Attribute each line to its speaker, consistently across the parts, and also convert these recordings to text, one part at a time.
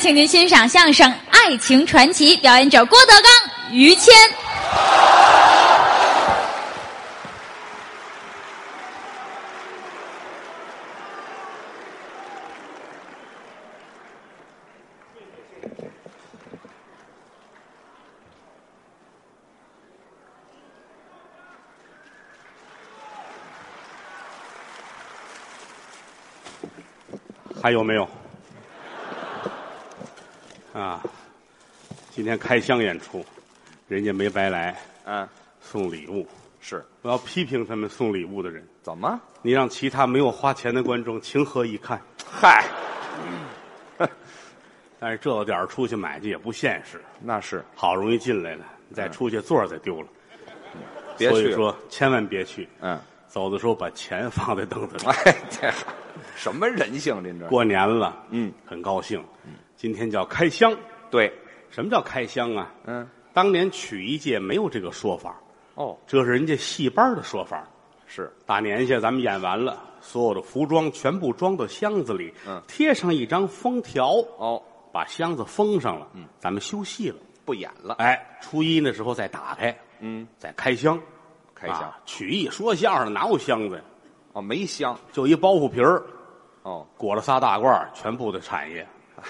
Speaker 1: 请您欣赏相声《爱情传奇》，表演者郭德纲、于谦。
Speaker 2: 还有没有？啊，今天开箱演出，人家没白来，
Speaker 3: 嗯，
Speaker 2: 送礼物。
Speaker 3: 是
Speaker 2: 我要批评他们送礼物的人，
Speaker 3: 怎么？
Speaker 2: 你让其他没有花钱的观众情何以堪？
Speaker 3: 嗨，
Speaker 2: 但是这个点儿出去买去也不现实，
Speaker 3: 那是
Speaker 2: 好容易进来了，你再出去座儿再丢了，
Speaker 3: 嗯别
Speaker 2: 所以
Speaker 3: 去了。
Speaker 2: 说千万别去。
Speaker 3: 嗯，
Speaker 2: 走的时候把钱放在凳子上。
Speaker 3: 哎，这什么人性？您这
Speaker 2: 过年了，
Speaker 3: 嗯，
Speaker 2: 很高兴。今天叫开箱，
Speaker 3: 对，
Speaker 2: 什么叫开箱啊？
Speaker 3: 嗯，
Speaker 2: 当年曲艺界没有这个说法，
Speaker 3: 哦，
Speaker 2: 这是人家戏班的说法。
Speaker 3: 是
Speaker 2: 大年下咱们演完了，所有的服装全部装到箱子里，
Speaker 3: 嗯
Speaker 2: 贴上一张封条，
Speaker 3: 哦，
Speaker 2: 把箱子封上了，嗯，咱们休息了。
Speaker 3: 不演了。
Speaker 2: 哎，初一那时候再打开，
Speaker 3: 嗯，
Speaker 2: 再开箱，
Speaker 3: 开箱
Speaker 2: 啊曲艺说相声哪有箱子呀？
Speaker 3: 哦，没香。
Speaker 2: 就一包袱皮儿，
Speaker 3: 哦，
Speaker 2: 裹了仨大褂儿，全部的产业。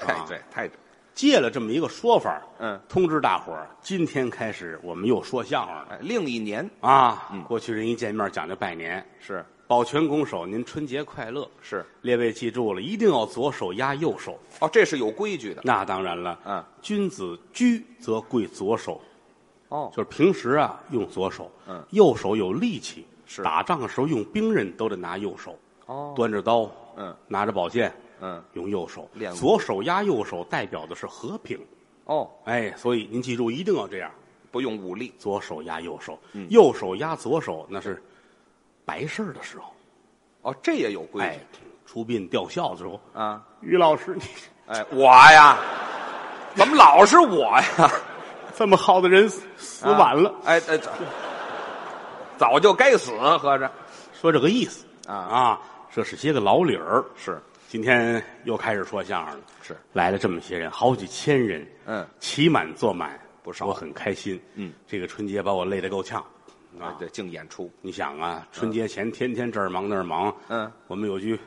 Speaker 3: 哎
Speaker 2: 啊，
Speaker 3: 对，太
Speaker 2: 借了这么一个说法，
Speaker 3: 嗯
Speaker 2: 通知大伙儿，今天开始我们又说相声了
Speaker 3: 哎，另一年
Speaker 2: 啊。
Speaker 3: 嗯
Speaker 2: 过去人一见面讲究拜年，
Speaker 3: 是
Speaker 2: 保全拱手，您春节快乐。
Speaker 3: 是
Speaker 2: 列位记住了，一定要左手压右手。
Speaker 3: 哦，这是有规矩的。
Speaker 2: 那当然了，
Speaker 3: 嗯，
Speaker 2: 君子居则贵左手，
Speaker 3: 哦，
Speaker 2: 就是平时啊用左手，
Speaker 3: 嗯，
Speaker 2: 右手有力气，
Speaker 3: 是
Speaker 2: 打仗的时候用兵刃都得拿右手，
Speaker 3: 哦，
Speaker 2: 端着刀，
Speaker 3: 嗯，
Speaker 2: 拿着宝剑，
Speaker 3: 嗯，
Speaker 2: 用右手
Speaker 3: 练，武
Speaker 2: 左手压右手代表的是和平。
Speaker 3: 哦，
Speaker 2: 哎，所以您记住，一定要这样，
Speaker 3: 不用武力。
Speaker 2: 左手压右手，
Speaker 3: 嗯
Speaker 2: 右手压左手，那是白事儿的时候，
Speaker 3: 哦，这也有规
Speaker 2: 哎
Speaker 3: 矩，
Speaker 2: 出殡吊孝的时候。
Speaker 3: 啊。
Speaker 2: 于老师，你
Speaker 3: 哎，我呀，怎么老是我呀？
Speaker 2: 这么好的人死死晚了，
Speaker 3: 啊。哎哎， 早早就该死，合着
Speaker 2: 说这个意思
Speaker 3: 啊
Speaker 2: 啊，这是些个老理儿。
Speaker 3: 是
Speaker 2: 今天又开始说相声了，
Speaker 3: 是
Speaker 2: 来了这么些人，好几千人，
Speaker 3: 嗯
Speaker 2: 骑满坐满，
Speaker 3: 不少
Speaker 2: 我很开心。
Speaker 3: 嗯，
Speaker 2: 这个春节把我累得够呛
Speaker 3: 啊
Speaker 2: 啊，！
Speaker 3: 对，净演出
Speaker 2: 你想啊，春节前天天这儿忙那儿忙，
Speaker 3: 嗯，
Speaker 2: 我们有句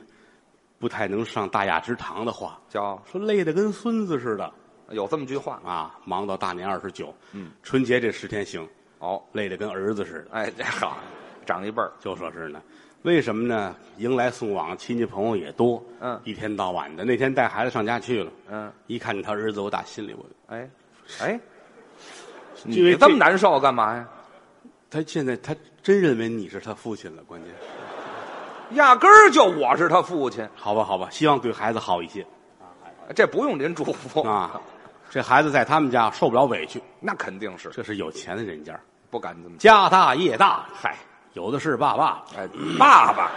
Speaker 2: 不太能上大雅之堂的话，
Speaker 3: 叫
Speaker 2: 说累得跟孙子似的
Speaker 3: 有这么句话
Speaker 2: 啊，忙到大年二十九，嗯，春节这十天行，
Speaker 3: 哦，
Speaker 2: 累得跟儿子似的，
Speaker 3: 哎，这好，长一辈儿
Speaker 2: 就说是呢。为什么呢？迎来送往，亲戚朋友也多，
Speaker 3: 嗯
Speaker 2: 一天到晚的。那天带孩子上家去了，
Speaker 3: 嗯，
Speaker 2: 一看见他儿子，我打心里我
Speaker 3: 哎哎，你
Speaker 2: 因为
Speaker 3: 这
Speaker 2: 这
Speaker 3: 么难受干嘛呀？
Speaker 2: 他现在他真认为你是他父亲了，关键是
Speaker 3: 压根儿就我是他父亲，
Speaker 2: 好吧，好吧，希望对孩子好一些
Speaker 3: 这不用您祝福，
Speaker 2: 啊。这孩子在他们家受不了委屈，
Speaker 3: 那肯定是
Speaker 2: 这是有钱的人家，
Speaker 3: 不敢这么讲。
Speaker 2: 家大业大，嗨，有的是爸爸，
Speaker 3: 哎，爸爸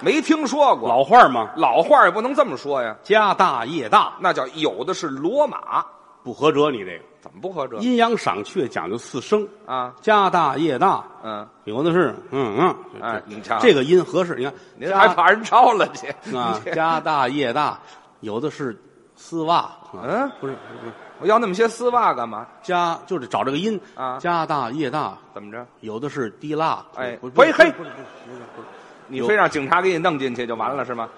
Speaker 3: 没听说过，
Speaker 2: 老话儿嘛，
Speaker 3: 老话也不能这么说呀，
Speaker 2: 家大业大，
Speaker 3: 那叫有的是罗马，
Speaker 2: 不合辙。你这个
Speaker 3: 怎么不合辙
Speaker 2: 阴阳赏却讲究四声，
Speaker 3: 啊？
Speaker 2: 家大业大，
Speaker 3: 嗯，
Speaker 2: 有的是，嗯嗯，
Speaker 3: 哎你瞧
Speaker 2: 这个音合适，你看，
Speaker 3: 您
Speaker 2: 家
Speaker 3: 还怕人抄了去？
Speaker 2: 啊，
Speaker 3: 您这
Speaker 2: 家大业大，有的是丝袜，啊
Speaker 3: 嗯，
Speaker 2: 不是
Speaker 3: 我要那么些丝袜干嘛？
Speaker 2: 家就是找这个音
Speaker 3: 啊
Speaker 2: 家大业大，
Speaker 3: 怎么着？
Speaker 2: 有的是滴蜡，
Speaker 3: 哎
Speaker 2: 不是不是
Speaker 3: 喂嘿
Speaker 2: 不是不是不是不是
Speaker 3: 你
Speaker 2: 有
Speaker 3: 非让警察给你弄进去就完了是吗？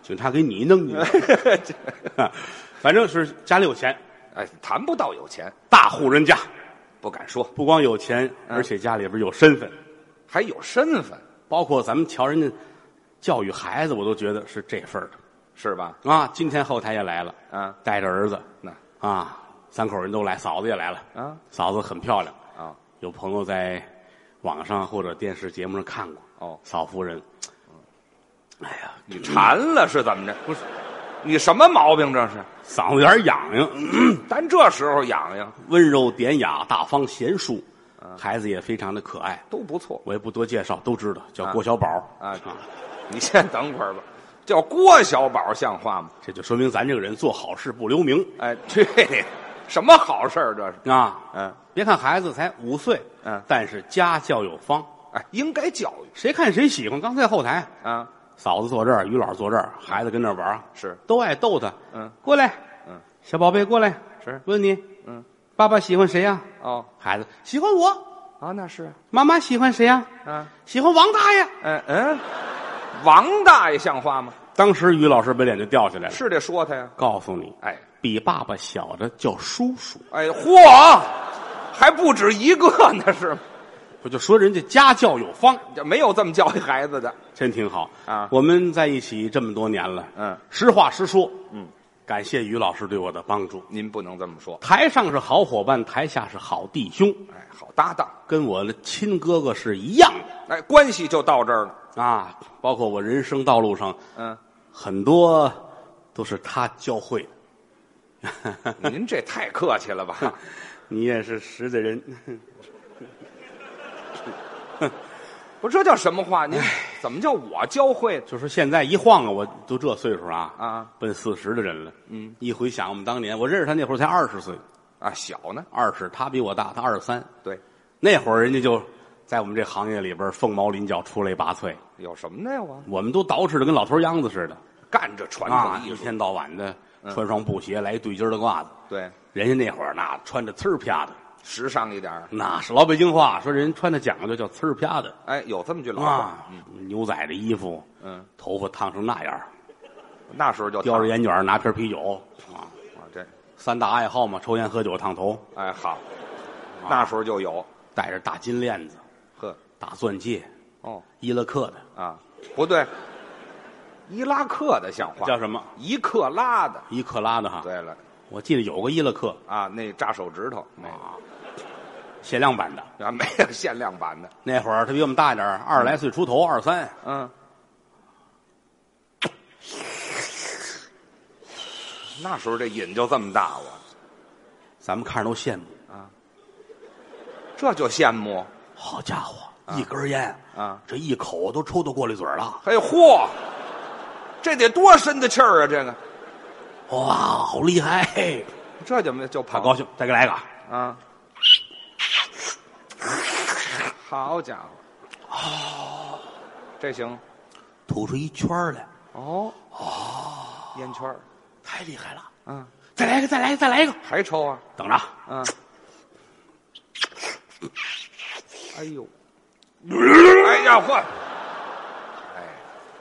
Speaker 2: 警察给你弄进去， 反正是家里有钱，
Speaker 3: 哎，谈不到有钱，
Speaker 2: 大户人家，
Speaker 3: 不敢说，
Speaker 2: 不光有钱，
Speaker 3: 嗯
Speaker 2: 而且家里边有身份，
Speaker 3: 还有身份
Speaker 2: 包括咱们瞧人家教育孩子，我都觉得是这份儿的
Speaker 3: 是吧？
Speaker 2: 啊。今天后台也来了，
Speaker 3: 啊，
Speaker 2: 带着儿子
Speaker 3: 那
Speaker 2: 啊，三口人都来，嫂子也来了
Speaker 3: 啊，
Speaker 2: 嫂子很漂亮，
Speaker 3: 啊，
Speaker 2: 有朋友在网上或者电视节目上看过
Speaker 3: 哦
Speaker 2: 嫂夫人，哎呀，
Speaker 3: 你馋了是怎么着？
Speaker 2: 不是
Speaker 3: 你什么毛病这是？
Speaker 2: 嗓子有点痒痒。
Speaker 3: 但这时候痒痒
Speaker 2: 温柔典雅、大方贤淑，孩子也非常的可爱。
Speaker 3: 都不错。
Speaker 2: 我也不多介绍，都知道，叫郭小宝
Speaker 3: 啊你先等会儿吧，叫郭小宝像话吗？
Speaker 2: 这就说明咱这个人做好事不留名
Speaker 3: 哎，去 你！什么好事儿这是？
Speaker 2: 啊！
Speaker 3: 嗯，
Speaker 2: 别看孩子才五岁，
Speaker 3: 嗯
Speaker 2: 但是家教有方，
Speaker 3: 哎，应该教育
Speaker 2: 谁看谁喜欢。刚才后台，
Speaker 3: 啊，
Speaker 2: 嫂子坐这儿，于老师坐这儿，孩子跟那儿玩儿，
Speaker 3: 是
Speaker 2: 都爱逗他。
Speaker 3: 嗯，
Speaker 2: 过来，
Speaker 3: 嗯，
Speaker 2: 小宝贝过来，
Speaker 3: 是
Speaker 2: 问你，
Speaker 3: 嗯，
Speaker 2: 爸爸喜欢谁呀、
Speaker 3: 哦
Speaker 2: 孩子喜欢我，
Speaker 3: 啊，那是
Speaker 2: 妈妈喜欢谁呀、
Speaker 3: 啊，
Speaker 2: 喜欢王大爷。
Speaker 3: 嗯嗯，王大爷像话吗？
Speaker 2: 当时于老师把脸就掉下来了。
Speaker 3: 是得说他呀。
Speaker 2: 告诉你，
Speaker 3: 哎
Speaker 2: 比爸爸小的叫叔叔，
Speaker 3: 哎，嚯，还不止一个呢，是吗
Speaker 2: 我就说人家家教有方，
Speaker 3: 这没有这么教育孩子的。
Speaker 2: 真挺好
Speaker 3: 啊
Speaker 2: 我们在一起这么多年了，
Speaker 3: 嗯，
Speaker 2: 实话实说，
Speaker 3: 嗯，
Speaker 2: 感谢于老师对我的帮助。
Speaker 3: 您不能这么说，
Speaker 2: 台上是好伙伴，台下是好弟兄，
Speaker 3: 哎，好搭档，
Speaker 2: 跟我的亲哥哥是一样的
Speaker 3: 哎，关系就到这儿了。
Speaker 2: 啊。包括我人生道路上
Speaker 3: 嗯，
Speaker 2: 很多都是他教会的。
Speaker 3: 您这太客气了吧？
Speaker 2: 你也是实在人，
Speaker 3: 不，这叫什么话？您
Speaker 2: 哎
Speaker 3: 怎么叫我教会的？
Speaker 2: 就说现在一晃啊，我都这岁数啊，
Speaker 3: 啊，
Speaker 2: 奔四十的人了。嗯，一回想我们当年，我认识他那会儿才二十岁，
Speaker 3: 啊，小呢？
Speaker 2: 二十，他比我大，他二十三。
Speaker 3: 对，
Speaker 2: 那会儿人家就在我们这行业里边凤毛麟角、出类拔萃，
Speaker 3: 有什么呢？我
Speaker 2: 我们都捯饬的跟老头秧子似的
Speaker 3: 干着传
Speaker 2: 啊，
Speaker 3: 统
Speaker 2: 一
Speaker 3: 艺术，嗯
Speaker 2: 天到晚的穿双布鞋，来一对襟儿的褂子。
Speaker 3: 对，
Speaker 2: 人家那会儿那穿着呲儿啪的，
Speaker 3: 时尚一点儿。
Speaker 2: 那是老北京话，说人穿的讲究叫呲儿啪的
Speaker 3: 哎，有这么句老话，
Speaker 2: 啊，牛仔的衣服，
Speaker 3: 嗯，
Speaker 2: 头发烫成那样儿，
Speaker 3: 那时候就
Speaker 2: 叼着
Speaker 3: 烫
Speaker 2: 烟卷儿拿瓶啤酒啊，
Speaker 3: 啊，这
Speaker 2: 三大爱好嘛，抽烟、喝酒、烫头，
Speaker 3: 哎好，
Speaker 2: 啊
Speaker 3: 那时候就有，
Speaker 2: 戴着大金链子、
Speaker 3: 呵，
Speaker 2: 大钻戒，
Speaker 3: 哦
Speaker 2: 伊拉克的，
Speaker 3: 啊，不对，伊拉克的像话，
Speaker 2: 叫什么？
Speaker 3: 一克拉的。
Speaker 2: 伊克拉的哈。
Speaker 3: 对了，
Speaker 2: 我记得有个伊拉克
Speaker 3: 啊，那扎手指头，那
Speaker 2: 啊，限量版的。
Speaker 3: 啊没有限量版的，
Speaker 2: 那会儿他比我们大一点儿，二十来岁出头，二十三。
Speaker 3: 嗯，那时候这瘾就这么大，我
Speaker 2: 咱们看着都羡慕。
Speaker 3: 这就羡慕，
Speaker 2: 好家伙，一根烟
Speaker 3: 啊，
Speaker 2: 这一口都抽到过滤嘴儿了。
Speaker 3: 嘿嚯，这得多深的气儿啊！这个，
Speaker 2: 哇，好厉害！嘿
Speaker 3: 这就没就跑
Speaker 2: 他高兴，再给来一个。
Speaker 3: 啊！好家伙，哦这行
Speaker 2: 吐出一圈儿来，
Speaker 3: 哦哦，烟圈儿，
Speaker 2: 太厉害了！
Speaker 3: 嗯，
Speaker 2: 再来一个，再来一个，再来一个。
Speaker 3: 还抽啊？
Speaker 2: 等着啊，
Speaker 3: 嗯，哎呦，哎呀嚯！哎，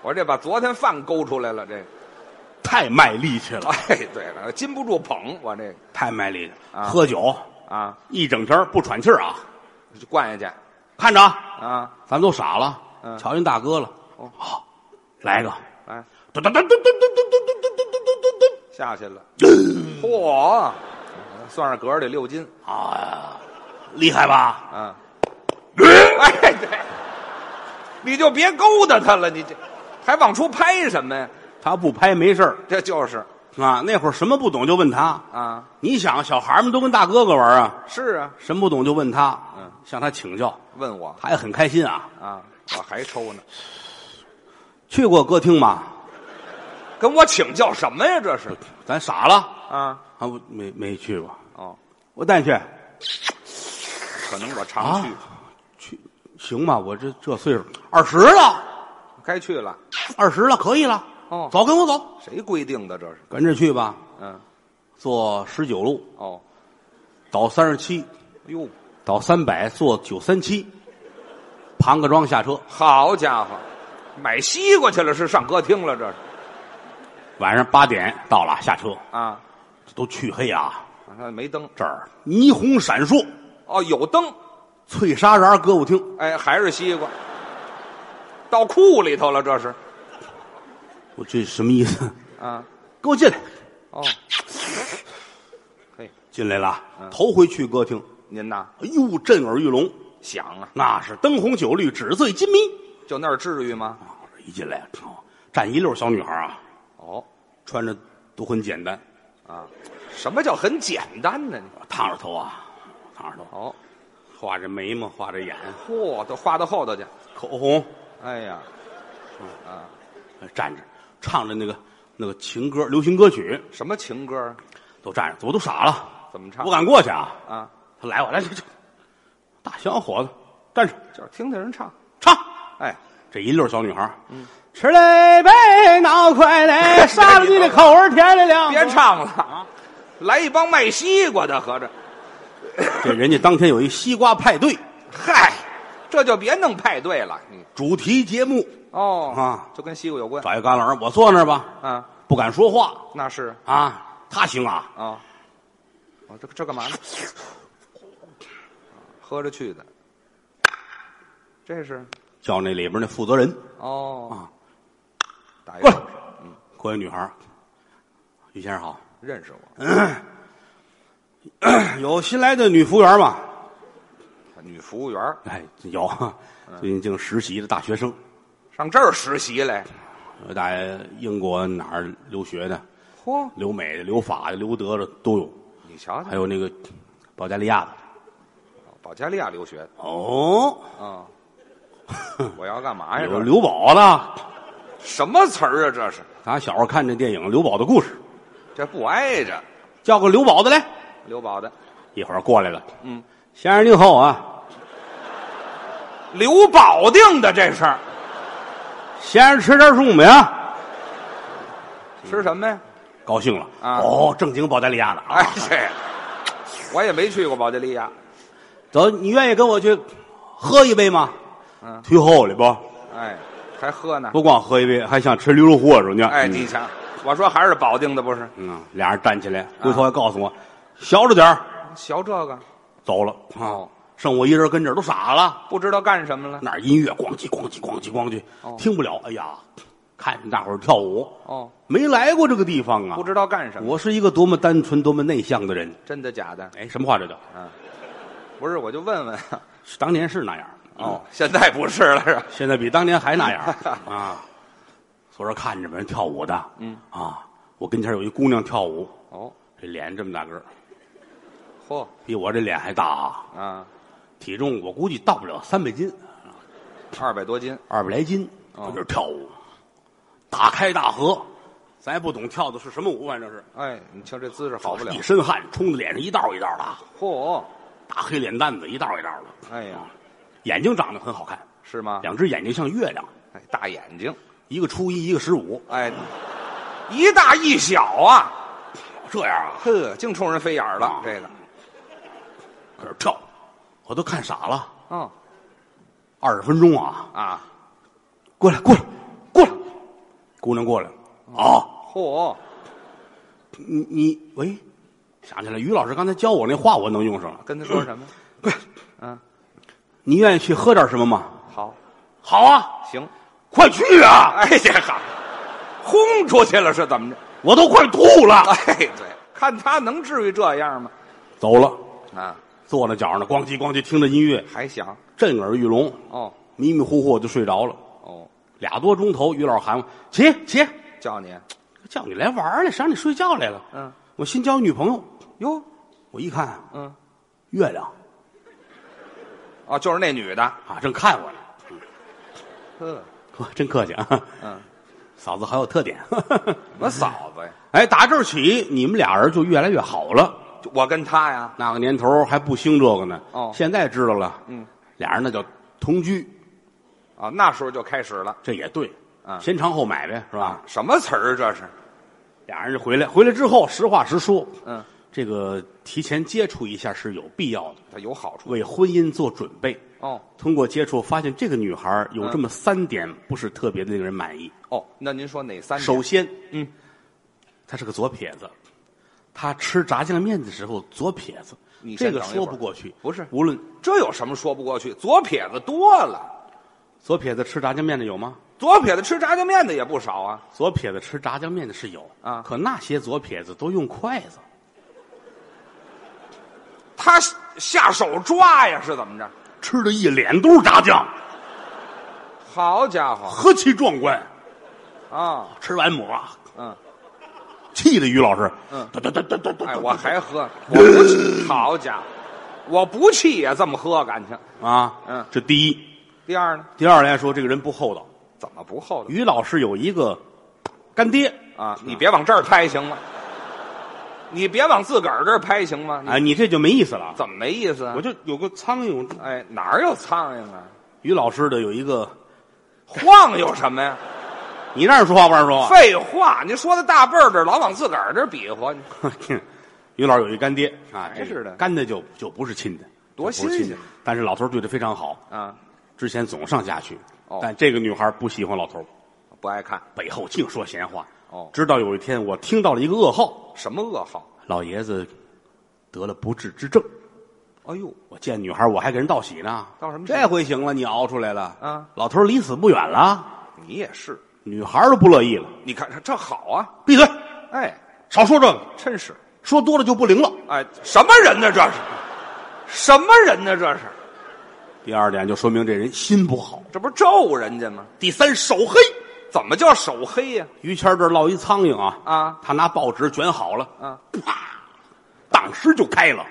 Speaker 3: 我这把昨天饭勾出来了，这
Speaker 2: 太卖力气了，
Speaker 3: 哎对了，禁不住捧我这
Speaker 2: 太卖力了。
Speaker 3: 啊
Speaker 2: 喝酒
Speaker 3: 啊，
Speaker 2: 一整天儿不喘气儿啊，
Speaker 3: 就灌下去
Speaker 2: 看着啊，
Speaker 3: 啊，
Speaker 2: 咱们都傻了，
Speaker 3: 嗯
Speaker 2: 瞧见大哥了。
Speaker 3: 哦
Speaker 2: 好，来一个。
Speaker 3: 哎，
Speaker 2: 噔噔噔噔噔噔噔噔噔噔噔噔
Speaker 3: 下去了，嗯嚯！算上格里六斤
Speaker 2: 噔！啊，厉害吧？
Speaker 3: 啊！哎，对，你就别勾搭他了，你这还往出拍什么呀？
Speaker 2: 他不拍没事儿
Speaker 3: 这就是
Speaker 2: 啊。那会儿什么不懂就问他。
Speaker 3: 啊，
Speaker 2: 你想，小孩儿们都跟大哥哥玩啊，
Speaker 3: 是啊，
Speaker 2: 什么不懂就问他，
Speaker 3: 嗯，
Speaker 2: 向他请教，
Speaker 3: 问我
Speaker 2: 他也很开心啊。
Speaker 3: 啊，我还抽呢。
Speaker 2: 去过歌厅吗？
Speaker 3: 跟我请教什么呀？这是
Speaker 2: 咱傻了
Speaker 3: 啊，
Speaker 2: 啊，我没没去过，
Speaker 3: 哦，
Speaker 2: 我带你去
Speaker 3: 可能我常去，
Speaker 2: 去行吗？我这这岁数二十了，
Speaker 3: 该去了。
Speaker 2: 二十了，可以了。
Speaker 3: 哦
Speaker 2: 走，跟我走，
Speaker 3: 谁规定的？这是，
Speaker 2: 跟着去吧。
Speaker 3: 嗯，
Speaker 2: 坐十九路，
Speaker 3: 哦，
Speaker 2: 倒三十七，
Speaker 3: 哟，
Speaker 2: 倒三百，坐九三七，庞各庄下车。
Speaker 3: 好家伙，买西瓜去了是上歌厅了？这是
Speaker 2: 晚上八点到了，下车
Speaker 3: 啊，
Speaker 2: 都黢黑啊，
Speaker 3: 啊没灯，
Speaker 2: 这儿霓虹闪烁，
Speaker 3: 哦，有灯，
Speaker 2: 翠纱瓤歌舞厅，
Speaker 3: 哎，还是西瓜，到库里头了，这是
Speaker 2: 我这什么意思？
Speaker 3: 啊，
Speaker 2: 给我进来，
Speaker 3: 哦，嘿，
Speaker 2: 进来了啊，头回去歌厅，
Speaker 3: 您呐
Speaker 2: 哎呦，震耳欲聋，
Speaker 3: 想啊，
Speaker 2: 那是灯红酒绿，纸醉金迷。
Speaker 3: 就那儿至于吗？
Speaker 2: 啊，这一进来，哦站一溜小女孩啊，
Speaker 3: 哦，
Speaker 2: 穿着都很简单，
Speaker 3: 啊，什么叫很简单呢？你
Speaker 2: 烫着头啊，烫着头，啊
Speaker 3: 哦，
Speaker 2: 画着眉毛，画着眼，
Speaker 3: 嚯，都画到后头去，
Speaker 2: 口红，
Speaker 3: 哎呀。
Speaker 2: 呃站着唱着那个那个情歌、流行歌曲，
Speaker 3: 什么情歌啊？
Speaker 2: 都站着，我都傻了，
Speaker 3: 怎么唱？
Speaker 2: 不敢过去啊。
Speaker 3: 啊，
Speaker 2: 他来我来去去，大小伙子站着
Speaker 3: 就是听听人唱。
Speaker 2: 唱。
Speaker 3: 哎，
Speaker 2: 这一溜小女孩，嗯，吃嘞呗，闹快嘞，杀了你的口儿甜了了。
Speaker 3: 别唱了，
Speaker 2: 啊！
Speaker 3: 来一帮卖西瓜的，合着，
Speaker 2: 这人家当天有一西瓜派对，
Speaker 3: 嗨，这就别弄派对了。嗯，
Speaker 2: 主题节目，
Speaker 3: 哦
Speaker 2: 啊
Speaker 3: 就跟西瓜有关
Speaker 2: 找一旮旯，我坐那儿吧，
Speaker 3: 啊，
Speaker 2: 不敢说话
Speaker 3: 那是
Speaker 2: 啊。他行啊，
Speaker 3: 啊，哦，这这干嘛呢？啊喝着去的，这是
Speaker 2: 叫那里边那负责人
Speaker 3: 哦
Speaker 2: 啊，
Speaker 3: 打一
Speaker 2: 过
Speaker 3: 个
Speaker 2: 来，过来，女孩儿，于先生好，
Speaker 3: 认识我，
Speaker 2: 有新来的女服务员吗？
Speaker 3: 女服务员
Speaker 2: 哎，有，最近净实习的大学生，
Speaker 3: 上这儿实习来，
Speaker 2: 呃在英国哪儿留学的，
Speaker 3: 嚯，
Speaker 2: 留美的、留法的、留德的都有，
Speaker 3: 你瞧
Speaker 2: 还
Speaker 3: 瞧，
Speaker 2: 有那个保加利亚的。
Speaker 3: 保加利亚留学
Speaker 2: 哦，
Speaker 3: 啊，我要干嘛呀？
Speaker 2: 有
Speaker 3: 这
Speaker 2: 刘宝的，
Speaker 3: 什么词儿啊？这是
Speaker 2: 咱小时候看这电影《刘宝的故事》，
Speaker 3: 这不挨着
Speaker 2: 叫个刘宝的来。
Speaker 3: 刘宝的，
Speaker 2: 一会儿过来了，
Speaker 3: 嗯，
Speaker 2: 先生您好啊，
Speaker 3: 刘保定的这事儿
Speaker 2: 先生吃点什么呀？
Speaker 3: 吃什么呀？
Speaker 2: 高兴了，
Speaker 3: 啊
Speaker 2: 哦，正经保加利亚的啊，
Speaker 3: 哎，这我也没去过保加利亚，
Speaker 2: 走，你愿意跟我去喝一杯吗？
Speaker 3: 嗯
Speaker 2: 忒厚了不？
Speaker 3: 哎，还喝呢。
Speaker 2: 不光喝一杯，还想吃驴肉火烧呢。
Speaker 3: 哎，
Speaker 2: 嗯
Speaker 3: 你啊瞧，我说还是保定的不是？
Speaker 2: 嗯，俩人站起来，回头还告诉我，小着点儿，
Speaker 3: 学这个
Speaker 2: 走了啊
Speaker 3: 哦，
Speaker 2: 剩我一人跟这儿都傻了。
Speaker 3: 不知道干什么了。
Speaker 2: 那儿音乐咣叽咣叽咣叽咣叽
Speaker 3: 哦，
Speaker 2: 听不了。哎呀，看大伙儿跳舞，
Speaker 3: 哦，
Speaker 2: 没来过这个地方啊，
Speaker 3: 不知道干什么。
Speaker 2: 我是一个多么单纯、多么内向的人。
Speaker 3: 真的假的？
Speaker 2: 哎，什么话这叫？
Speaker 3: 不是，我就问问。
Speaker 2: 当年是那样
Speaker 3: 哦，，现在不是了，是吧
Speaker 2: 嗯现在比当年还那样 啊。所以说看着人跳舞的，
Speaker 3: 嗯
Speaker 2: 啊，我跟前有一姑娘跳舞，
Speaker 3: 哦，
Speaker 2: 这脸这么大个儿，
Speaker 3: 嚯
Speaker 2: 比我这脸还大啊，
Speaker 3: 啊，
Speaker 2: 体重我估计到不了三百斤，
Speaker 3: 二百多斤，
Speaker 2: 二百来斤，
Speaker 3: 哦
Speaker 2: 在这儿跳舞，大开大合，咱也不懂跳的是什么舞，反正是。
Speaker 3: 哎，你瞧这姿势好不了
Speaker 2: 一。身汗冲着脸上一道一道的啊，
Speaker 3: 嚯，
Speaker 2: 大黑脸蛋子一道一道的，啊
Speaker 3: 哎呀，
Speaker 2: 眼睛长得很好看，
Speaker 3: 是吗？
Speaker 2: 两只眼睛像月亮，
Speaker 3: 哎，大眼睛，
Speaker 2: 一个初一，一个十五，
Speaker 3: 哎，一大一小啊，
Speaker 2: 这样啊，
Speaker 3: 呵，净冲人飞眼儿
Speaker 2: 啊
Speaker 3: 了。这个，
Speaker 2: 在这跳，我都看傻了。
Speaker 3: 哦
Speaker 2: 二十分钟啊，
Speaker 3: 啊，
Speaker 2: 过来，过来，过来，姑娘过来，啊，
Speaker 3: 嚯，
Speaker 2: 你你喂，想起来于老师刚才教我那话，我能用上了。
Speaker 3: 跟他说什么？嗯，
Speaker 2: 你愿意去喝点什么吗？
Speaker 3: 好，
Speaker 2: 好啊，
Speaker 3: 行。
Speaker 2: 快去啊！
Speaker 3: 哎呀，好，轰出去了是怎么着？
Speaker 2: 我都快吐了。
Speaker 3: 哎，对，看他能至于这样吗？
Speaker 2: 走了，
Speaker 3: 啊，
Speaker 2: 坐在脚上呢，咣叽咣叽听着音乐，
Speaker 3: 还想
Speaker 2: 震耳欲聋。
Speaker 3: 哦
Speaker 2: 迷迷糊糊我就睡着了，
Speaker 3: 哦，
Speaker 2: 俩多钟头，于老师喊我起起，
Speaker 3: 叫你，
Speaker 2: 叫你来玩儿来，谁让你睡觉来了？
Speaker 3: 嗯，
Speaker 2: 我新交女朋友，
Speaker 3: 哟，
Speaker 2: 我一看
Speaker 3: 嗯，
Speaker 2: 月亮
Speaker 3: 哦，就是那女的，
Speaker 2: 啊，正看我呢，
Speaker 3: 呵，
Speaker 2: 呵， 真客气啊，
Speaker 3: 嗯，
Speaker 2: 嫂子好有特点。
Speaker 3: 我嫂子呀，
Speaker 2: 哎，打这儿起，你们俩人就越来越好了。
Speaker 3: 就我跟她呀，
Speaker 2: 那个年头还不兴这个呢，
Speaker 3: 哦
Speaker 2: 现在知道了，
Speaker 3: 嗯，
Speaker 2: 俩人那叫同居，
Speaker 3: 啊，那时候就开始了，
Speaker 2: 这也对，
Speaker 3: 嗯
Speaker 2: 先尝后买呗，是吧？
Speaker 3: 什么词儿啊这是？
Speaker 2: 俩人就回来，回来之后实话实说，
Speaker 3: 嗯，
Speaker 2: 这个提前接触一下是有必要的，
Speaker 3: 它有好处
Speaker 2: 为婚姻做准备。
Speaker 3: 哦
Speaker 2: 通过接触发现这个女孩儿
Speaker 3: 嗯
Speaker 2: 有这么三点不是特别的令人满意。
Speaker 3: 哦，那您说哪三点？
Speaker 2: 首先，
Speaker 3: 嗯，
Speaker 2: 她是个左撇子，她吃炸酱面的时候左撇子
Speaker 3: 你，先
Speaker 2: 这个
Speaker 3: 等一
Speaker 2: 说
Speaker 3: 会儿
Speaker 2: 不过去。
Speaker 3: 不是
Speaker 2: 无论
Speaker 3: 这有什么说不过去？左撇子多了，
Speaker 2: 左撇子吃炸酱面的有吗？
Speaker 3: 左撇子吃炸酱面的也不少啊，
Speaker 2: 左撇子吃炸酱面的是有
Speaker 3: 啊
Speaker 2: 可那些左撇子都用筷子，
Speaker 3: 他下手抓呀，是怎么着？
Speaker 2: 吃的一脸都是炸酱，
Speaker 3: 好家伙
Speaker 2: 何其壮观！
Speaker 3: 啊，
Speaker 2: 吃完抹，
Speaker 3: 嗯。
Speaker 2: 气的于老师，
Speaker 3: 嗯
Speaker 2: 哒哒哒哒哒哒，
Speaker 3: 哎，我还喝，我不气，好家伙，我不气也这么喝，感情。
Speaker 2: 啊，
Speaker 3: 嗯
Speaker 2: 这第一，
Speaker 3: 第二呢，
Speaker 2: 第二来说，这个人不厚道。
Speaker 3: 怎么不厚道
Speaker 2: 于老师有一个干爹，
Speaker 3: 啊？你别往这儿拍行吗？你别往自个儿这儿拍行吗？你
Speaker 2: 哎，你这就没意思了。
Speaker 3: 怎么没意思啊
Speaker 2: 我？就有个苍蝇，
Speaker 3: 哎，哪儿有苍蝇啊？
Speaker 2: 于老师的有一个，
Speaker 3: 晃有什么呀？
Speaker 2: 你让人说话不让人说话。
Speaker 3: 废话，你说到大辈儿这儿老往自个儿这儿比划，你
Speaker 2: 哼 于老师有一干爹啊，
Speaker 3: 还是的
Speaker 2: 干的就就不是亲的，
Speaker 3: 多
Speaker 2: 就不是亲
Speaker 3: 新
Speaker 2: 的
Speaker 3: 鲜。
Speaker 2: 但是老头儿对他非常好，
Speaker 3: 啊，
Speaker 2: 之前总上家去，
Speaker 3: 哦
Speaker 2: 但这个女孩不喜欢老头儿，
Speaker 3: 不爱看
Speaker 2: 背后净说闲话。
Speaker 3: 哦
Speaker 2: 直到有一天我听到了一个噩耗，
Speaker 3: 什么噩耗？
Speaker 2: 老爷子得了不治之症。
Speaker 3: 哎呦，
Speaker 2: 我见女孩我还给人道喜呢，
Speaker 3: 道什么喜
Speaker 2: 这回行了，你熬出来了
Speaker 3: 啊！
Speaker 2: 老头儿离死不远了，
Speaker 3: 你也是，
Speaker 2: 女孩儿都不乐意了，
Speaker 3: 你看这这好啊，
Speaker 2: 闭嘴，
Speaker 3: 哎，
Speaker 2: 少说这个，
Speaker 3: 真是，
Speaker 2: 说多了就不灵了。
Speaker 3: 哎，什么人呢？这是什么人呢？这是，
Speaker 2: 第二点就说明这人心不好。
Speaker 3: 这不是咒人家吗？
Speaker 2: 第三，手黑。
Speaker 3: 怎么叫手黑呀、
Speaker 2: 于谦儿这儿落一苍蝇啊
Speaker 3: 啊
Speaker 2: 他拿报纸卷好了，
Speaker 3: 啊，
Speaker 2: 啪，当时就开了，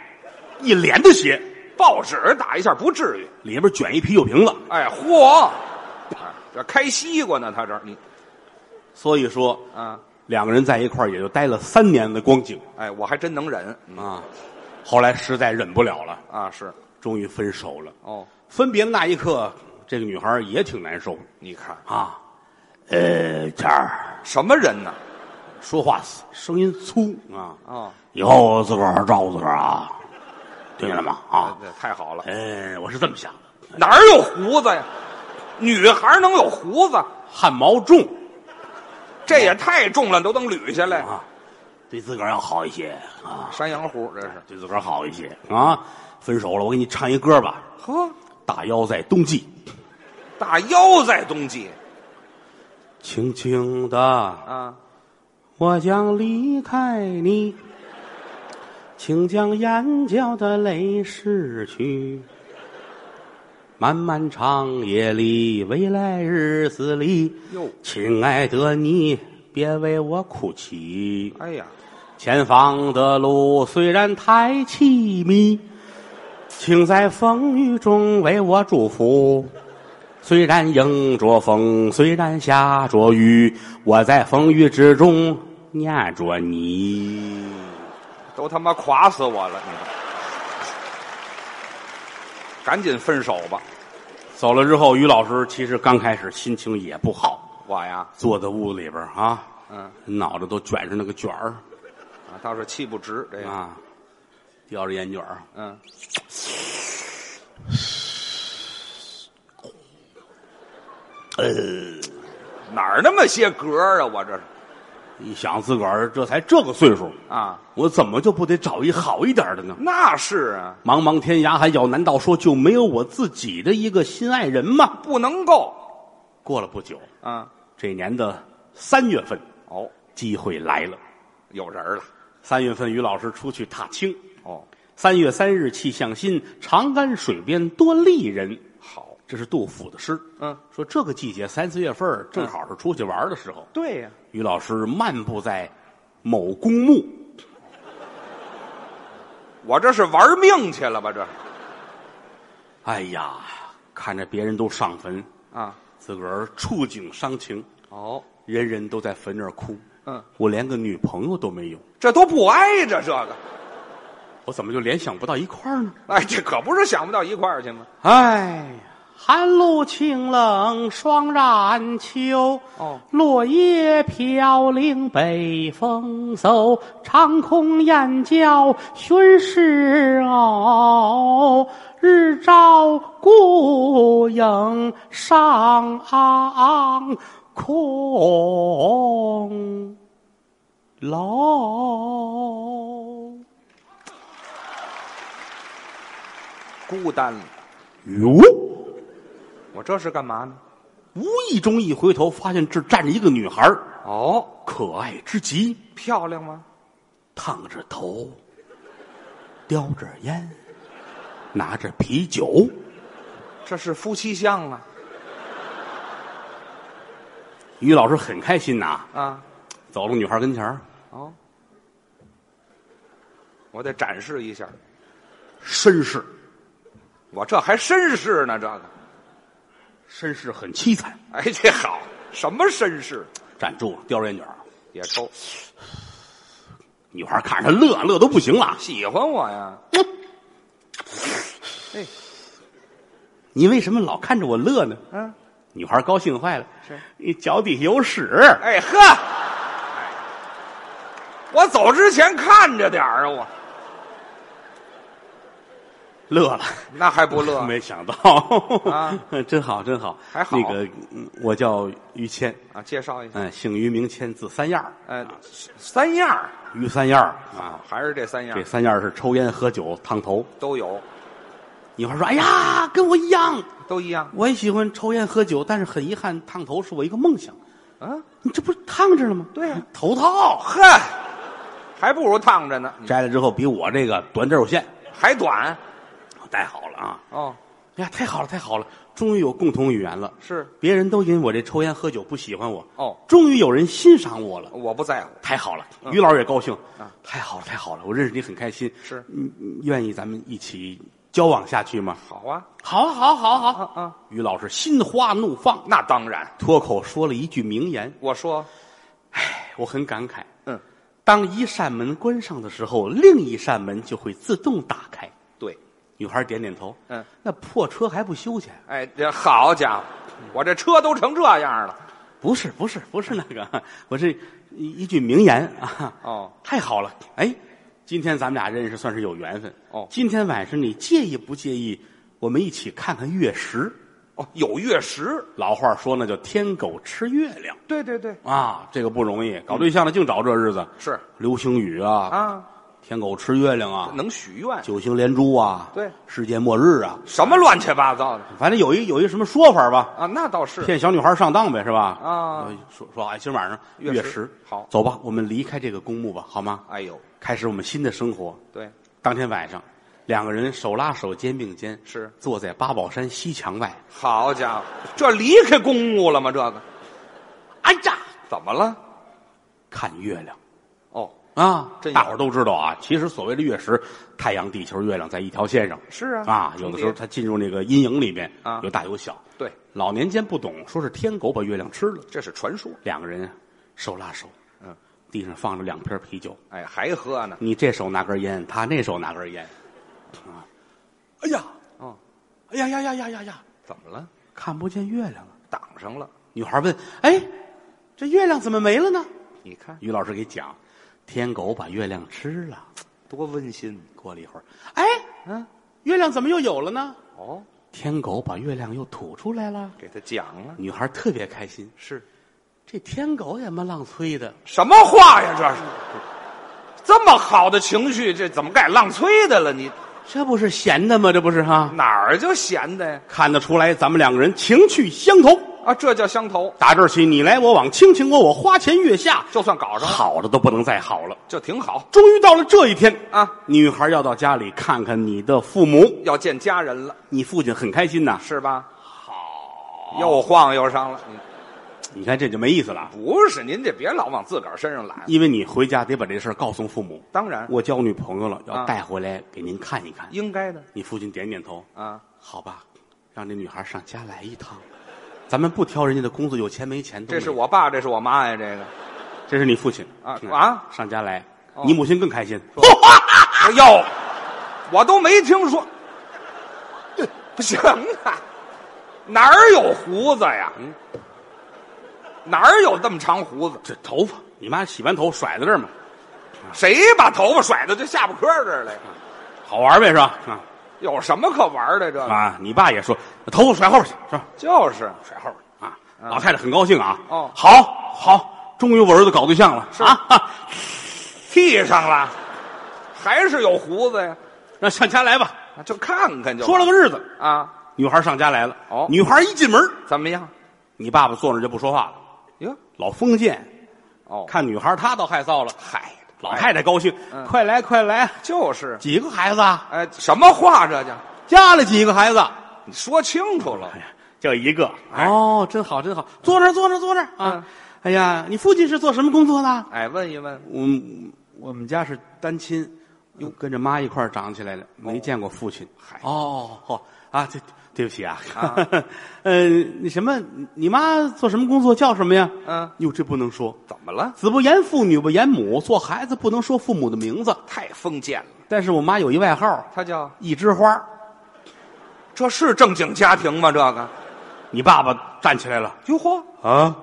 Speaker 2: 一脸的血，
Speaker 3: 报纸打一下不至于。
Speaker 2: 里边卷一啤酒瓶子。
Speaker 3: 哎，嚯，哎这开西瓜呢？他这儿你
Speaker 2: 所以说，
Speaker 3: 啊，
Speaker 2: 两个人在一块儿也就待了三年的光景
Speaker 3: 哎，我还真能忍嗯
Speaker 2: 啊。后来实在忍不了了，
Speaker 3: 啊，是
Speaker 2: 终于分手了。
Speaker 3: 哦，
Speaker 2: 分别的那一刻，这个女孩儿也挺难受
Speaker 3: 你看
Speaker 2: 啊。呃，谦儿
Speaker 3: 什么人呢？
Speaker 2: 说话声音粗啊，
Speaker 3: 哦，
Speaker 2: 以后自个儿照顾自个儿啊，听见了吗？啊，
Speaker 3: 那太好了，
Speaker 2: 哎，我是这么想的，
Speaker 3: 哪儿有胡子呀？女孩能有胡子？
Speaker 2: 汗毛重
Speaker 3: 这也太重了，都能捋下来。
Speaker 2: 啊，对自个儿要好一些啊，
Speaker 3: 山羊胡这是，
Speaker 2: 对自个儿好一些啊。分手了，我给你唱一歌吧，
Speaker 3: 呵，
Speaker 2: 《大腰在冬季》。
Speaker 3: 大腰在冬季
Speaker 2: 轻轻的，
Speaker 3: 啊，
Speaker 2: 我将离开你，请将眼角的泪拭去。漫漫长夜里，未来日子里
Speaker 3: 哟，
Speaker 2: 亲爱的你，别为我哭泣。
Speaker 3: 哎呀，
Speaker 2: 前方的路虽然太凄迷，请在风雨中为我祝福。虽然迎着风，虽然下着雨，我在风雨之中念着你。
Speaker 3: 都他妈垮死我了！你看，赶紧分手吧，
Speaker 2: 走了之后，于老师其实刚开始心情也不好，
Speaker 3: 我呀，
Speaker 2: 坐在屋子里边儿啊，
Speaker 3: 嗯
Speaker 2: 脑袋都卷上那个卷儿
Speaker 3: 啊，倒是气不直这个，
Speaker 2: 啊，叼着烟卷儿，
Speaker 3: 嗯，哪儿那么些格儿啊？我这是
Speaker 2: 一想自个儿这才这个岁数，
Speaker 3: 啊，
Speaker 2: 我怎么就不得找一好一点儿的呢？
Speaker 3: 那是啊，
Speaker 2: 茫茫天涯海角，难道说就没有我自己的一个心爱人吗？
Speaker 3: 不能够
Speaker 2: 过了不久，
Speaker 3: 啊，
Speaker 2: 这年的三月份，
Speaker 3: 哦，
Speaker 2: 机会来了。
Speaker 3: 有人了，
Speaker 2: 三月份，于老师出去踏青。
Speaker 3: 哦，
Speaker 2: 三月三日，气象新，长干水边多丽人。
Speaker 3: 好，
Speaker 2: 这是杜甫的诗。
Speaker 3: 嗯，
Speaker 2: 说这个季节三四月份儿正好是出去玩的时候。
Speaker 3: 对呀、
Speaker 2: 于老师漫步在某公墓，
Speaker 3: 我这是玩命去了吧？这
Speaker 2: 哎呀，看着别人都上坟，
Speaker 3: 啊，
Speaker 2: 自个儿触景伤情，
Speaker 3: 哦，
Speaker 2: 人人都在坟那儿哭。
Speaker 3: 嗯，
Speaker 2: 我连个女朋友都没有，
Speaker 3: 这都不挨着这个，
Speaker 2: 我怎么就联想不到一块儿呢？
Speaker 3: 哎，这可不是想不到一块儿去吗？
Speaker 2: 哎，寒露清冷霜染秋，
Speaker 3: 哦
Speaker 2: 落叶飘零北风嗖，长空雁叫寻时偶，日照孤影上空楼。
Speaker 3: 孤单了，
Speaker 2: 哟，
Speaker 3: 我这是干嘛呢？
Speaker 2: 无意中一回头，发现这站着一个女孩儿
Speaker 3: 哦，
Speaker 2: 可爱之极，
Speaker 3: 漂亮吗？
Speaker 2: 烫着头，叼着烟，拿着啤酒。
Speaker 3: 这是夫妻相啊
Speaker 2: 于老师很开心呐，
Speaker 3: 啊！
Speaker 2: 走到女孩跟前儿，
Speaker 3: 哦，我得展示一下，
Speaker 2: 绅士，
Speaker 3: 我这还绅士呢，这个，
Speaker 2: 绅士很凄惨，
Speaker 3: 哎，这好，什么绅士
Speaker 2: 站住了，叼着烟卷儿。
Speaker 3: 也抽，
Speaker 2: 女孩看着他乐，乐都不行了。
Speaker 3: 喜欢我呀？哎，
Speaker 2: 你为什么老看着我乐呢？
Speaker 3: 嗯、
Speaker 2: 女孩高兴坏了，
Speaker 3: 是
Speaker 2: 你脚底下有屎。
Speaker 3: 哎呵，哎，哎我走之前看着点儿啊，我
Speaker 2: 乐了，
Speaker 3: 那 还不乐？
Speaker 2: 没想到
Speaker 3: 啊，
Speaker 2: 真好真好，
Speaker 3: 还好
Speaker 2: 那个嗯我叫于谦，
Speaker 3: 啊，介绍一下，
Speaker 2: 嗯，姓于名谦，字三样儿，
Speaker 3: 呃，三样儿
Speaker 2: 于三样儿啊，
Speaker 3: 还是这三样
Speaker 2: 这
Speaker 3: 儿
Speaker 2: 三样儿是抽烟、喝酒、烫头。
Speaker 3: 都有，
Speaker 2: 你会说，哎呀，跟我一样，
Speaker 3: 都一样
Speaker 2: 我也喜欢抽烟喝酒，但是很遗憾，烫头是我一个梦想。
Speaker 3: 啊。
Speaker 2: 你这不是烫着了吗？
Speaker 3: 对呀
Speaker 2: 头套
Speaker 3: 呵，还不如烫着呢，
Speaker 2: 摘了之后比我这个短点儿有限，
Speaker 3: 还短
Speaker 2: 戴好了啊！
Speaker 3: 哦，
Speaker 2: 哎呀，太好了，太好了，终于有共同语言了。
Speaker 3: 是
Speaker 2: 别人都因我这抽烟喝酒不喜欢我，
Speaker 3: 哦，
Speaker 2: 终于有人欣赏我了，
Speaker 3: 我不在乎，
Speaker 2: 太好了！于老师也高兴
Speaker 3: 啊，
Speaker 2: 太好了，太好了！我认识你很开心，
Speaker 3: 是
Speaker 2: 嗯，嗯愿意咱们一起交往下去吗？
Speaker 3: 好啊，
Speaker 2: 好，好，好，
Speaker 3: 啊
Speaker 2: 好！
Speaker 3: 啊，
Speaker 2: 于老师心花怒放，
Speaker 3: 那当然，
Speaker 2: 脱口说了一句名言，
Speaker 3: 我说，
Speaker 2: 我很感慨。
Speaker 3: 嗯，
Speaker 2: 当一扇门关上的时候，另一扇门就会自动打开。
Speaker 3: 对，
Speaker 2: 女孩点点头。
Speaker 3: 嗯，
Speaker 2: 那破车还不修去？
Speaker 3: 哎，这好家伙，我这车都成这样了，
Speaker 2: 不是，不是，不是那个，我是一一句名言啊。
Speaker 3: 哦，
Speaker 2: 太好了！哎，今天咱们俩认识算是有缘分。
Speaker 3: 哦
Speaker 2: 今天晚上你介意不介意？我们一起看看月食。
Speaker 3: 哦，有月食，
Speaker 2: 老话说呢，叫天狗吃月亮
Speaker 3: 对对对，
Speaker 2: 啊，这个不容易。搞对象的净找这日子，
Speaker 3: 是
Speaker 2: 流星雨啊，
Speaker 3: 啊，
Speaker 2: 天狗吃月亮啊，
Speaker 3: 能许愿，
Speaker 2: 九星连珠啊，
Speaker 3: 对
Speaker 2: 世界末日啊，
Speaker 3: 什么乱七八糟的
Speaker 2: 反正有一有一什么说法吧，
Speaker 3: 啊？那倒是，
Speaker 2: 骗小女孩上当呗，是吧？
Speaker 3: 啊，
Speaker 2: 说说哎，今晚上
Speaker 3: 月
Speaker 2: 月
Speaker 3: 食好
Speaker 2: 走吧，我们离开这个公墓吧，好吗？
Speaker 3: 哎呦，
Speaker 2: 开始我们新的生活。
Speaker 3: 对，
Speaker 2: 当天晚上，两个人手拉手、肩并肩，
Speaker 3: 是
Speaker 2: 坐在八宝山西墙外。
Speaker 3: 好家伙，这离开公务了吗？这个
Speaker 2: 哎呀，
Speaker 3: 怎么了？
Speaker 2: 看月亮
Speaker 3: 哦，
Speaker 2: 啊！
Speaker 3: 真有
Speaker 2: 大伙儿都知道啊，其实所谓的月食，太阳、地球、月亮在一条线上。
Speaker 3: 是啊
Speaker 2: 啊，有
Speaker 3: 重
Speaker 2: 的
Speaker 3: 叠
Speaker 2: 时候它进入那个阴影里面
Speaker 3: 啊
Speaker 2: 有大有小。
Speaker 3: 对，
Speaker 2: 老年间不懂，说是天狗把月亮吃了。
Speaker 3: 这是传说，
Speaker 2: 两个人手拉手，
Speaker 3: 嗯，
Speaker 2: 地上放着两瓶啤酒，
Speaker 3: 哎，还喝呢，
Speaker 2: 你这手拿根烟，他那手拿根烟。啊，哎呀，
Speaker 3: 哦，
Speaker 2: 哎呀呀呀呀呀呀，
Speaker 3: 怎么了？
Speaker 2: 看不见月亮了。
Speaker 3: 挡上了，
Speaker 2: 女孩问：“哎，这月亮怎么没了呢
Speaker 3: 你看？”
Speaker 2: 于老师给讲，天狗把月亮吃了。
Speaker 3: 多温馨啊
Speaker 2: 过了一会儿，哎，
Speaker 3: 嗯，
Speaker 2: 月亮怎么又有了呢？
Speaker 3: 哦，
Speaker 2: 天狗把月亮又吐出来了。
Speaker 3: 给他讲了，
Speaker 2: 女孩特别开心，
Speaker 3: 是
Speaker 2: 这天狗也蛮浪催的。
Speaker 3: 什么话呀？这是这么好的情绪，这怎么改浪催的了？你
Speaker 2: 这不是闲的吗？这不是哈、
Speaker 3: 哪儿就闲的呀？
Speaker 2: 看得出来，咱们两个人情趣相投。
Speaker 3: 啊，这叫相投，
Speaker 2: 打这儿起，你来我往，卿卿我我，花前月下，
Speaker 3: 就算搞上了，
Speaker 2: 好的都不能再好了。
Speaker 3: 就挺好
Speaker 2: 终于到了这一天，
Speaker 3: 啊。
Speaker 2: 女孩要到家里看看你的父母，
Speaker 3: 要见家人了，
Speaker 2: 你父亲很开心呐。
Speaker 3: 是吧？好，又晃又上了。你
Speaker 2: 你看这就没意思了，
Speaker 3: 不是您这别老往自个儿身上揽，
Speaker 2: 因为你回家得把这事儿告诉父母。
Speaker 3: 当然
Speaker 2: 我交女朋友了，要
Speaker 3: 啊
Speaker 2: 带回来给您看一看。
Speaker 3: 应该的
Speaker 2: 你父亲点点头，
Speaker 3: 啊。
Speaker 2: 好吧，让这女孩上家来一趟。咱们不挑人家的工作，有钱没钱都没
Speaker 3: 这是，我爸，这是我妈呀，这个
Speaker 2: 这是你父亲
Speaker 3: 啊
Speaker 2: 嗯
Speaker 3: 啊
Speaker 2: 上家来，
Speaker 3: 哦
Speaker 2: 你母亲更开心。
Speaker 3: 哟，我都没听说。 不行啊，哪儿有胡子呀？
Speaker 2: 嗯
Speaker 3: 哪儿有这么长胡子？
Speaker 2: 这头发，你妈洗完头甩在这儿嘛，
Speaker 3: 谁把头发甩到这下巴颏儿这儿来了？
Speaker 2: 好玩呗是吧？啊
Speaker 3: 有什么可玩的？这个
Speaker 2: 啊！你爸也说，头发甩后边去是吧？
Speaker 3: 就是
Speaker 2: 甩后边去啊！老太太很高兴啊。
Speaker 3: 哦
Speaker 2: 好，好，终于我儿子搞对象了
Speaker 3: 是
Speaker 2: 啊！哈
Speaker 3: 剃上了，还是有胡子呀？
Speaker 2: 让上家来吧。
Speaker 3: 就看看就
Speaker 2: 说了个日子，
Speaker 3: 啊，
Speaker 2: 女孩上家来了。
Speaker 3: 哦
Speaker 2: 女孩一进门，
Speaker 3: 怎么样？
Speaker 2: 你爸爸坐那儿就不说话了。
Speaker 3: 哟，
Speaker 2: 老封建
Speaker 3: 哦，
Speaker 2: 看女孩，他倒害臊了。
Speaker 3: 嗨，
Speaker 2: 老太太高兴，
Speaker 3: 嗯
Speaker 2: 快来快来，
Speaker 3: 就是
Speaker 2: 几个孩子啊？
Speaker 3: 哎，什么话这叫？
Speaker 2: 家里几个孩子？
Speaker 3: 你说清楚了
Speaker 2: 哎呀，就一个。
Speaker 3: 哎
Speaker 2: 哦，真好真好，坐那儿坐那儿坐那儿
Speaker 3: 嗯
Speaker 2: 啊！哎呀，你父亲是做什么工作的？
Speaker 3: 哎，问一问
Speaker 2: 我们我们家是单亲，又跟着妈一块儿长起来的，没见过父亲。
Speaker 3: 哦嗨
Speaker 2: 哦哦啊，对对不起啊
Speaker 3: 啊，
Speaker 2: 呃，那什么，你妈做什么工作？叫什么呀？
Speaker 3: 嗯
Speaker 2: 哟，这不能说。
Speaker 3: 怎么了？
Speaker 2: 子不言父，女不言母，做孩子不能说父母的名字。
Speaker 3: 太封建了，
Speaker 2: 但是我妈有一外号，
Speaker 3: 他叫
Speaker 2: 一枝花。
Speaker 3: 这是正经家庭吗？这个，
Speaker 2: 你爸爸站起来了
Speaker 3: 哟嚯，
Speaker 2: 啊！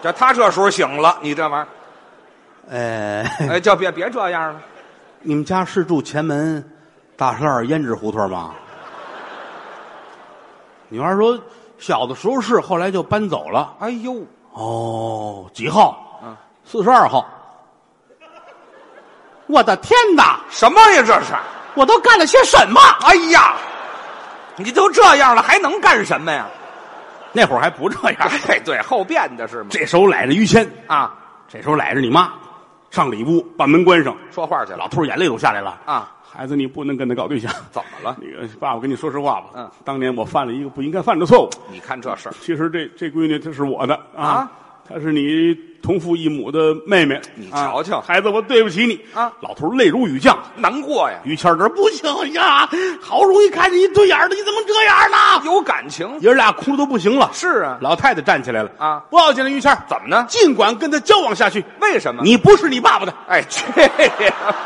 Speaker 3: 这他这时候醒了，你这玩意儿
Speaker 2: 呃，
Speaker 3: 哎，就别别这样了，
Speaker 2: 你们家是住前门大栅栏胭脂胡同吗？女孩说，小的时候是，后来就搬走了。
Speaker 3: 哎呦，
Speaker 2: 哦，几号？
Speaker 3: 嗯，
Speaker 2: 四十二号。我的天哪！
Speaker 3: 什么呀这是？
Speaker 2: 我都干了些什么？
Speaker 3: 哎呀，你都这样了，还能干什么呀？
Speaker 2: 那会儿还不这样。
Speaker 3: 哎，对，后变的是吗？
Speaker 2: 这手揽着于谦，
Speaker 3: 啊，
Speaker 2: 这手揽着你妈，上里屋把门关上。
Speaker 3: 说话去了
Speaker 2: 老头儿眼泪都下来了
Speaker 3: 啊！
Speaker 2: 孩子，你不能跟他搞对象。
Speaker 3: 怎么了？
Speaker 2: 那个爸爸跟你说实话吧，
Speaker 3: 嗯，
Speaker 2: 当年我犯了一个不应该犯的错误。
Speaker 3: 你看这事儿，
Speaker 2: 其实这这闺女她是我的啊
Speaker 3: 啊，
Speaker 2: 她是你同父异母的妹妹。
Speaker 3: 你瞧瞧
Speaker 2: 啊孩子，我对不起你
Speaker 3: 啊！
Speaker 2: 老头儿泪如雨降。
Speaker 3: 难过呀，
Speaker 2: 于谦儿这不行呀，好容易看见一对眼儿的，你怎么这样呢？
Speaker 3: 有感情
Speaker 2: 爷儿俩哭的都不行了。
Speaker 3: 是啊，
Speaker 2: 老太太站起来了
Speaker 3: 啊
Speaker 2: 不要紧了，于谦儿，
Speaker 3: 怎么呢？
Speaker 2: 尽管跟他交往下去，
Speaker 3: 为什么？
Speaker 2: 你不是你爸爸的。
Speaker 3: 哎，去呀！